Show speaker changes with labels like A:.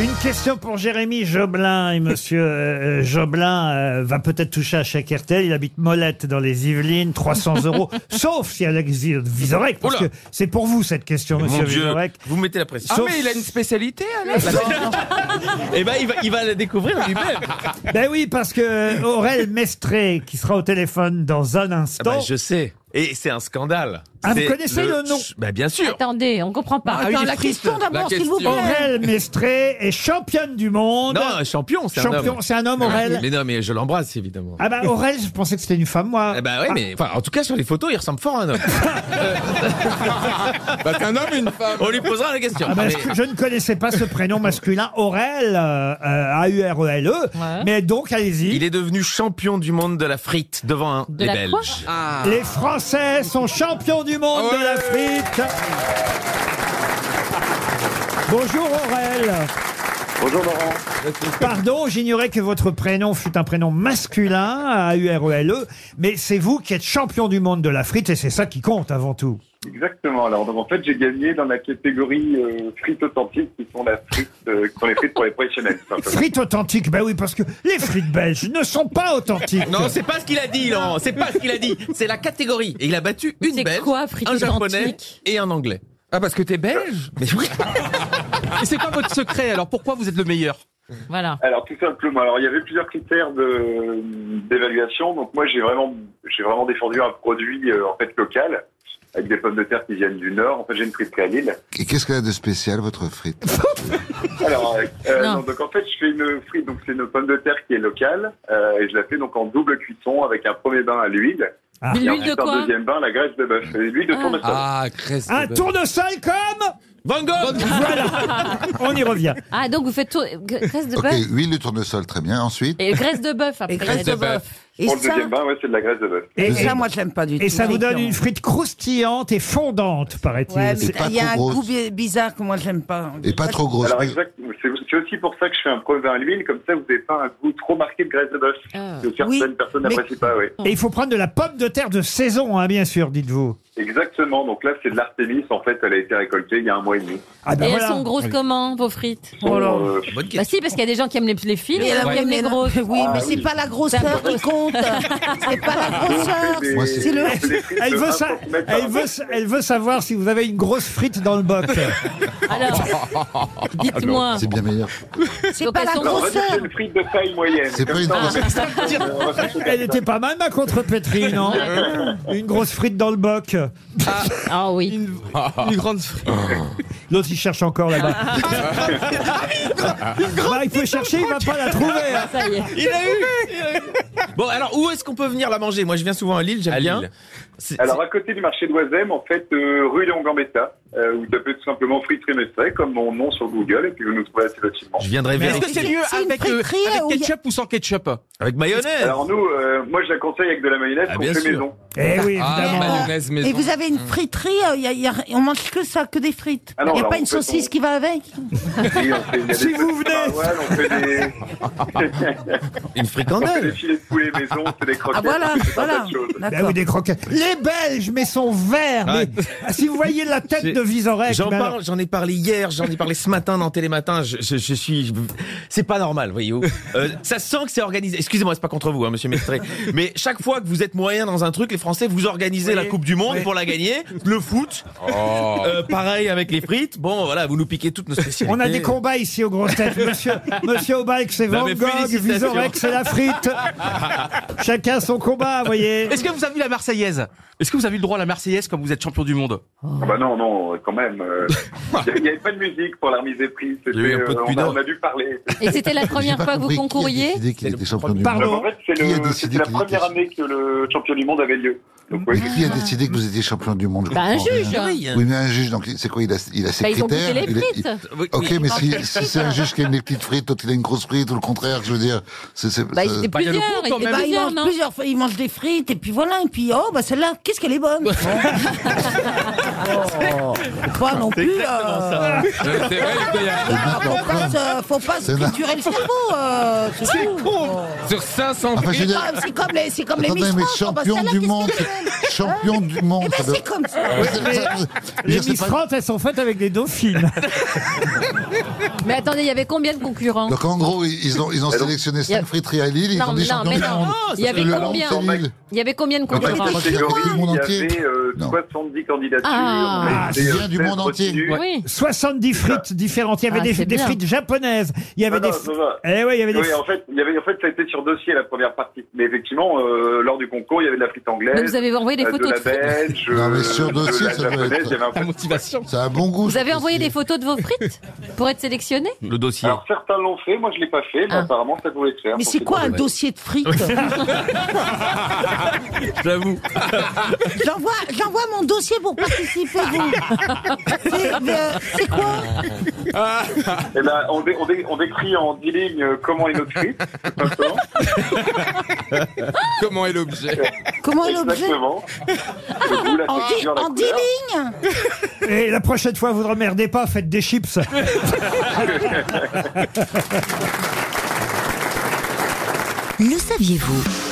A: Une question pour Jérémy Joblin. Et monsieur euh, Joblin euh, va peut-être toucher à chaque RTL. Il habite Molette dans les Yvelines, 300 euros. sauf si Alex Vizorek, parce
B: Oula.
A: que c'est pour vous cette question, monsieur
B: Mon Dieu,
A: Vizorek.
B: vous mettez la pression.
A: Ah, Sauf- mais
B: il a une spécialité, Alex
C: Eh ben, il va, il va la découvrir lui-même.
B: Ah, bah,
A: Ben oui, parce que Aurel Mestré, qui sera au téléphone dans un instant.
B: Ah ben, Je sais. Et c'est un scandale.
A: Ah, vous
B: C'est
A: connaissez le nom
B: Ch- Bah, Bien sûr.
D: Attendez, on comprend pas.
C: Ah, il est
E: la
C: triste.
E: question d'abord,
B: La
E: s'il vous
B: question.
E: plaît.
A: Aurel Mestré est championne du monde.
B: Non, un champion, c'est un
A: Champion,
B: homme. Ah,
A: c'est un homme, Aurel.
B: Mais non, mais je l'embrasse, évidemment.
A: Ah bah Aurel, je pensais que c'était une femme, moi.
B: Eh ben ouais, mais enfin, en tout cas sur les photos, il ressemble fort à un homme.
C: c'est un Bah, homme et une femme.
B: On lui posera la question.
A: Ah bah,
B: Mais-
A: je, je ne connaissais pas ce prénom masculin, Aurel, euh, euh, A-U-R-E-L-E. E. Mais donc, allez-y.
B: Il est devenu champion du monde de la frite devant un, les
D: la
B: Belges.
D: quoi
C: Ah.
A: Ah. Les Français sont champions du monde
B: Ah
A: de la frite. Bonjour Aurel.
F: Bonjour Laurent.
A: Pardon, j'ignorais que votre prénom fût un prénom masculin, A-U-R-E-L-E, E mais c'est vous qui êtes champion du monde de la frite et c'est ça qui compte avant tout.
F: Exactement. Alors donc, en fait, j'ai gagné dans la catégorie euh, frites authentiques qui sont la frite, euh, qui sont les frites pour les professionnels. tout simplement.
A: Frites authentiques, ben oui, parce que les frites belges ne sont pas authentiques.
B: Non, c'est pas ce qu'il a dit, non. C'est pas ce qu'il a dit. C'est la catégorie. Et il a battu une
D: C'est
B: Belge,
D: quoi, frite
B: un japonais
D: authentique
B: et un anglais.
C: Ah, parce que t'es belge
B: Mais oui.
C: Et c'est quoi votre secret Alors pourquoi vous êtes le meilleur
D: Voilà.
F: Alors tout simplement. Alors il y avait plusieurs critères de d'évaluation. Donc moi, j'ai vraiment, j'ai vraiment défendu un produit euh, en fait local avec des pommes de terre qui viennent du nord. En fait, j'ai une friterie à Lille.
G: Et qu'est-ce qu'elle a de spécial, votre frite
F: Alors, euh,
D: Non.
F: non, donc en fait, je fais une frite, donc c'est une pomme de terre qui est locale, euh, et je la fais donc en double cuisson avec un premier bain à l'huile,
A: Ah.
D: Mais
F: et
D: L'huile de
F: ensuite un
D: quoi
F: deuxième bain la graisse de bœuf, et l'huile de
D: Ah.
F: tournesol.
C: crèse.
A: Un tournesol comme
B: Van Gogh.
A: On y revient.
D: Ah, donc vous faites tout... graisse de
G: Ok,
D: bœuf
G: huile de tournesol, très bien. Ensuite,
D: Et graisse de bœuf après.
E: Et graisse de bœuf. Et
F: Pour le
E: ça,
F: deuxième bain, ouais, c'est de la graisse de bœuf.
A: Et,
E: et
A: et-
E: ça, moi, je l'aime pas du tout.
A: et ça vous donne une frite croustillante et fondante, paraît-il.
E: Ouais,
G: C'est
E: mais
G: pas
E: il y a un
G: trop
E: goût
G: grosse.
E: bi- bizarre que moi, je l'aime pas.
G: et pas trop grosse.
F: Alors exact, c'est c'est aussi pour ça que je fais un premier bain à l'huile, comme ça vous n'avez pas un goût trop marqué de graisse de bœuf.
D: Ah.
F: Que certaines
E: Oui,
F: personnes
E: mais-
F: n'apprécient pas, oui.
A: Et il faut prendre de la pomme de terre de saison, hein, bien sûr, dites-vous.
F: Exactement, donc là c'est de l'artémis, en fait elle a été récoltée il y a un mois et demi.
A: Ah ben
D: Et elles
A: voilà.
D: sont grosses comment, vos frites
F: Euh,
B: Bonne question.
D: Bah si, parce qu'il y a des gens qui aiment les, les fines et
E: Mais
D: d'autres
E: là,
D: qui aiment
E: mais
D: les
E: là-
D: grosses.
E: Oui,
F: Ah,
E: mais
F: oui.
E: c'est pas la grosseur qui compte. C'est pas la
F: donc,
E: grosseur.
F: c'est des-
G: Moi, c'est-
F: c'est
E: le-
F: des frites
A: Elle
F: de
A: veut,
F: 1
A: sa-
F: centimètre par
A: elle, veut, sa- elle veut savoir si vous avez une grosse frite dans le boc.
D: Alors, dites-moi.
G: C'est bien meilleur.
E: C'est
D: Donc
E: pas
D: elles
E: la
D: sont
F: Alors, on va dire que c'est
E: grosseur.
F: une frite de taille moyenne.
G: C'est pas
F: Comme
G: une
F: ça, on va-
G: grosse-
F: on va faire ça.
A: Elle était pas mal, ma contrepétrie, non Une grosse frite dans le boc.
D: Ah oui.
C: Une, Bah, une grande frite.
A: L'autre, il cherche encore là-bas. Bah, il faut chercher, il va pas la trouver. hein.
D: Ça y est.
B: Il a eu. Bon, alors où est-ce qu'on peut venir la manger Moi, je viens souvent à Lille, j'aime bien. C'est-
F: Alors à côté du marché d'Oisem, en fait, euh, rue Léon Gambetta, euh, vous tapez tout simplement Free Trimestré comme mon nom sur Google et puis vous nous trouvez assez facilement.
B: c'est- Je viendrai
C: Mais est-ce
B: vers
C: que c'est mieux
E: C'est une
C: avec, euh,
E: friterie
C: avec
E: où il y a-
C: ketchup ou sans ketchup
B: avec mayonnaise.
F: Alors nous, euh, moi je la conseille avec de la mayonnaise
B: Ah,
F: qu'on
B: bien
F: fait
B: sûr.
F: maison.
A: Eh oui,
B: Ah,
A: évidemment.
E: mayonnaise Et vous avez une friterie, euh, y a- y a- on mange que ça, que des frites.
F: Ah
E: Il
F: non,
E: n'y a
F: alors,
E: pas une
F: on fait
E: saucisse
F: son-
E: qui va avec Ah,
F: Oui, on fait- il y a des
A: Si vous venez.
F: maroilles, on fait des,
B: Une
F: on fait des
B: fricandelle.
F: filets de poulet maison, on fait des croquettes,
E: Ah voilà,
F: on fait hein, pas
E: voilà.
F: mal de choses.
A: Bah
E: D'accord.
A: oui, des croquettes. Les Belges, mais sont verts.
B: Ouais.
A: mais- ah, si vous voyez la tête
B: J'ai-
A: de ben, Vizorek.
B: J'en
A: mais alors-
B: parle, j'en ai parlé hier, j'en ai parlé ce matin dans Télématin. Je, je, je suis, c'est pas normal, voyez-vous. Euh, ça sent que c'est organisé. Excusez-moi, c'est pas contre vous, hein, Monsieur Mestré, mais chaque fois que vous êtes moyen dans un truc, les Français vous organisez la Coupe du Monde pour la gagner, le foot, euh, pareil avec les frites. Bon, voilà, vous nous piquez toutes nos spécialités.
A: Oh. On a des combats ici aux grosses têtes. Monsieur, monsieur Obalk, c'est
B: Non,
A: Van
B: mais
A: Gogh,
B: félicitations.
A: Vizorek, c'est la frite. Chacun son combat, vous voyez.
C: Est-ce que vous avez vu la Marseillaise Est-ce que vous avez eu le droit à la Marseillaise quand vous êtes champion du monde
F: Ah bah non, non, quand même. euh, Il n'y avait pas de musique pour la remise des prix.
B: Il y a eu un peu de
F: euh, on, a,
B: pudeur.
F: on a dû parler.
D: Et c'était la
G: J'ai
D: première
G: pas
D: fois que vous
G: compris qui a
D: concouriez
G: décidé qu'il
B: C'est
G: était
B: le-
G: champion du
A: Pardon.
G: monde.
F: Alors, en fait, c'est
G: Ah Qui a
F: le-
G: décidé
F: c'était la
G: qu'il était
F: première
G: champion
F: année que le champion du monde avait lieu. Donc, oui.
G: Qui a décidé que vous étiez champion du monde je
D: Bah, un
G: comprends rien.
D: juge. hein.
B: Oui, hein.
G: Oui, mais un juge, donc c'est quoi Il a, il a ses
D: Bah, ils ont goûté
G: critères.
D: les
G: il a- il-
D: frites.
B: Oui,
G: Ok,
B: oui.
G: mais si, si c'est un juge qui a une petite frite, l'autre il a une grosse frite, ou le contraire, je veux dire. c'est- c'est-
D: Bah,
G: ça-
D: il était
C: Bah, il y a le
D: plusieurs,
C: concours
D: il
C: quand
D: était
E: Eh
D: même
E: ben, ils
D: plusieurs,
E: mangent
D: non
E: plusieurs fois, ils mangent des frites et puis voilà et puis oh bah celle-là qu'est-ce qu'elle est bonne. Oh. Pas non plus. euh,
H: C'est vrai, il doit y avoir-
E: ah, faut, pas se, faut pas se
G: C'est là.
E: triturer le cerveau. euh, c'est tout.
H: Sur 500
G: Enfin, je veux
E: C'est
G: dire,
E: comme- C'est comme les, c'est comme les
G: attendez,
E: Miss
G: mais
E: France, oh, bah,
G: champion
E: celle-là,
G: du
E: qu'est-ce
G: monde,
E: qu'elle est belle
G: champion du monde.
E: Eh ben
G: ça doit-
E: c'est comme ça.
G: Ouais, ça- ça- je
A: Les
G: veux dire, c'est
A: Miss
G: pas-
A: France, elles sont faites avec des dauphines.
D: Mais attendez, il y avait combien de concurrents
G: Donc en gros, ils ils ont, ils ont sélectionné
D: Il y a-
G: 5 friteries à Lille, ils
D: Non,
G: ont
D: mais
G: dit
D: non,
G: champion
D: mais
G: du
D: non.
G: monde.
D: Il y avait
G: Le Ah, bah,
D: combien
G: Lens, c'est Lille.
D: Il y avait combien de
G: Donc,
D: concurrents
G: pas
F: catégorie,
G: du monde
F: il y
G: entier.
F: avait euh,
G: Non.
F: 70 candidatures.
D: Ah.
F: On a
A: Ah,
F: été,
G: c'est
F: euh,
G: bien du
F: 16
G: monde entier.
F: retenues.
D: Oui.
A: 70 frites différentes. Il y avait
D: Ah,
A: des,
D: c'est
A: des
D: bien.
A: frites japonaises. Il y avait
F: Ah, Non,
A: des.
F: non, ça va.
A: Eh ouais, il y avait des.
F: Oui, en fait, il y avait, en fait, ça a été sur dossier la première partie. Mais effectivement, euh, lors du concours, il y avait de la frite anglaise,
D: Donc vous avez envoyé des
F: euh,
D: photos
F: de
D: de
F: la
D: frites.
F: belge,
G: Non, mais
F: euh,
G: sur
F: de
G: dossier,
F: la
G: ça doit
F: japonaise,
G: être-
F: il y avait un peu-
H: La motivation.
G: C'est un bon goût.
D: Vous
G: je
D: avez
G: pense,
D: envoyé
G: aussi.
D: des photos de vos frites pour être sélectionné
B: Le dossier.
F: Alors certains l'ont fait, moi je l'ai pas fait, hein, mais
D: Ah.
F: apparemment ça pouvait se faire.
E: Mais
F: Donc,
E: c'est quoi un
F: bon.
E: dossier de frites
B: J'avoue.
E: J'envoie, j'envoie mon dossier pour participer. vous. C'est, euh, c'est quoi
F: Eh ben, on, dé- on, dé- on décrit en 10 lignes euh, comment est notre frite, tout simplement.
H: Comment est l'objet
E: Comment est l'objet
F: exactement. Le goût, la
E: En dix-
F: texture, la
E: en 10
F: couleur.
E: lignes
A: Et Eh, la prochaine fois, vous ne remerdez pas, faites des chips.
I: Le saviez-vous